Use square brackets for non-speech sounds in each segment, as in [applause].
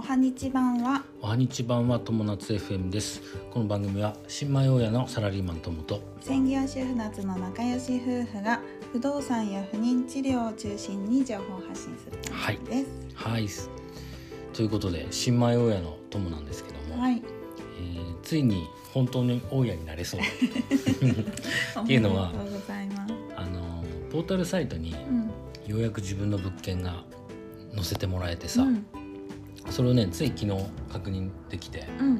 はにちばんはおはにちばんは友達 FM ですこの番組は新米大家のサラリーマン友と専業主婦夏の仲良し夫婦が不動産や不妊治療を中心に情報発信するは番い組です。はいということで新米大家の友なんですけども、はい。えーついに本当に大家にな [laughs] れそうっていうのはありがとうございます。あのーポータルサイトにうん。ようやく自分の物件が載せてもらえてさ、うん。それをねつい昨日確認できてうんうん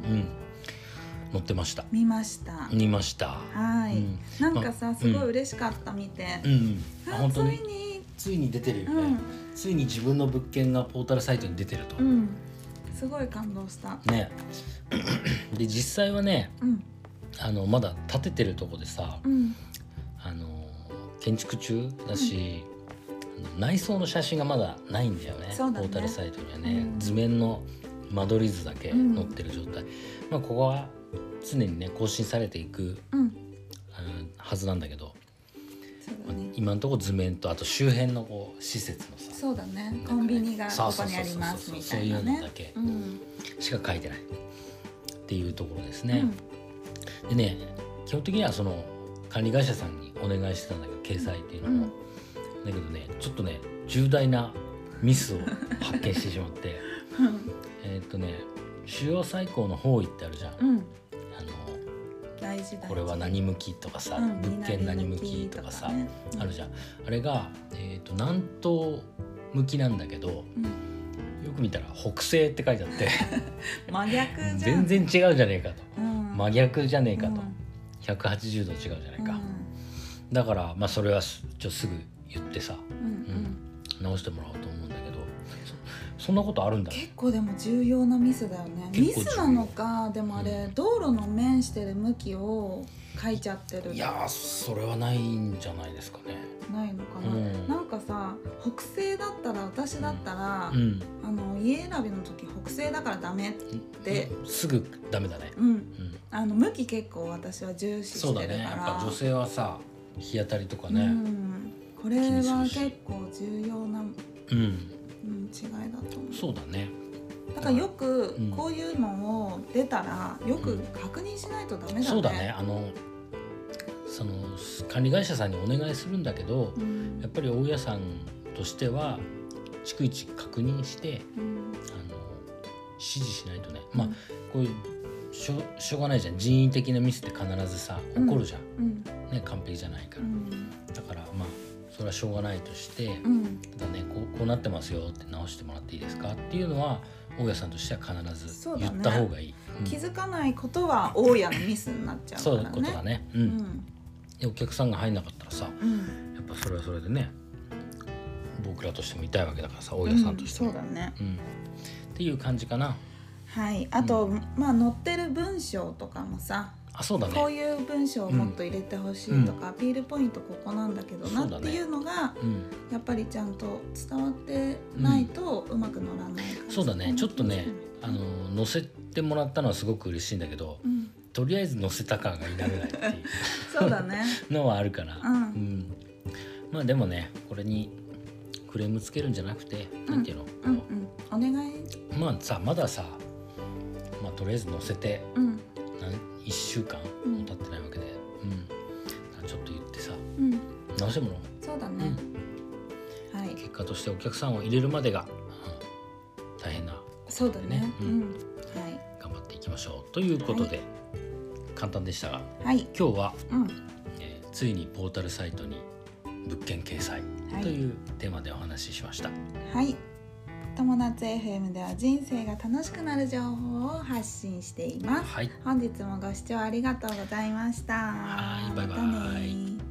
載ってました見ました。見ましたはい、うんなんかさ、あすごいうん嬉しかった見てう。んうんああ本当ついにに。ついに出てるようね、ん。ついに自分の物件がポータルサイトに出てると、うん。すごい感動した。ねで実際はねうん。あのまだ建ててるとこでさうん。あの建築中だし、あの内装の写真がまだないんだよねそうだねポータルサイトにはね、うん図面の間取り図だけうん載ってる状態、まあここは常にね更新されていくうん。あのはずなんだけど、そうまだあね。今のところ図面とあと周辺のこう施設のさそうだねなん。かコねンビニがそうこそこうにそあうそうりますみそたういいなうのねだ。けうん。しか書いてないっていうところですうね。ん。でね基本的にはその管理会社さんにお願いしてたんだけど掲載っていうのも、うんだけどねちょっとね重大なミスを発見してしまって [laughs] えーっとね主要最高の方位ってあるじゃん、あうん。の大事だ。これは何向きとかさ、うん物件何向き南とかさ、ねあるじゃんあれが、えーっと南東向きなんだけどうんよく見たら北西って書いてあって真逆じゃん全然違うじゃねえかとうん真逆じゃねえかと、うん180度違うじゃねえか、うだから、まあ、それはすちょっとすぐ言ってさ、んうんううんん、直してもらおうと思うんだけどそそんなことあるんだね結構でも重要なミスだよねミ結構重要スなのかでもあれ、う道路の面してる向きを書いちゃってるいやーそれはないんじゃないですかねないのかな、うんなんかさ北西だったら私だったら、うんあの家選びの時北西だからダメですぐダメだね、うんうん、あの向き結構私は重視そうしだてるねかやっらぱ女性はさ日当たりとかうねん、これは気にするし結構重要な、うん、うん、違いだと思うそうだねだからよくうんこういうのを出たらよく確認しないとダメだね。そうだね。あのその管理会社さんにお願いするんだけど、うんやっぱり大家さんとしては逐一確認してうんあの指示しないとねまあ、こういうしょしょうがないじゃん人為的なミスって必ずさうん起こるじゃん、うんね完璧じゃないかうら、んだからまあそれはしょうがないとして、うんただねこうこうなってますよって直してもらっていいですかっていうのは大家さんとしては必ずそうだ言ねった方がいいうん気づかないことは大家のミスになっちゃうかそうらいね。うことだね、ううんんでお客さんが入んなかったらさうんやっぱそれはそれでね僕らとしても痛いわけだからさ大家さんとしても、うんそうだね。うんっていう感じかなはい。あと、まあ載ってる文章とかもさ、あそうだねこういう文章をもっと入れてほしいとか、アピールポイントここなんだけどなそうだってねいうのがうんやっぱりちゃんと伝わってないとうまく乗らない感じそうだねちょっとねうあんの載せてもらったのはすごく嬉しいんだけどうんとりあえず載せた感が否めないっていそうだ [laughs] ね。うのはあるから、うんまあでもねこれにクレームつけるんじゃなくてうんなんていうの、うんうん。お願い。まあさまださ、まあ、とりあえず載せてうんなん1週間うんも経ってないわけで、うん、だからちょっと言ってさうん。直してもらおうそうだね。はい。結果としてお客さんを入れるまでが、うん大変なそうだねね。ううんん。は頑張っていきましょうということで、簡単でしたがい。はい。今日は「うん。えーついにポータルサイトに物件掲載はいというテーマでお話ししました、はい。友達 FM では人生が楽しくなる情報を発信しています。はい本日もご視聴ありがとうございました。はいバイバイまたね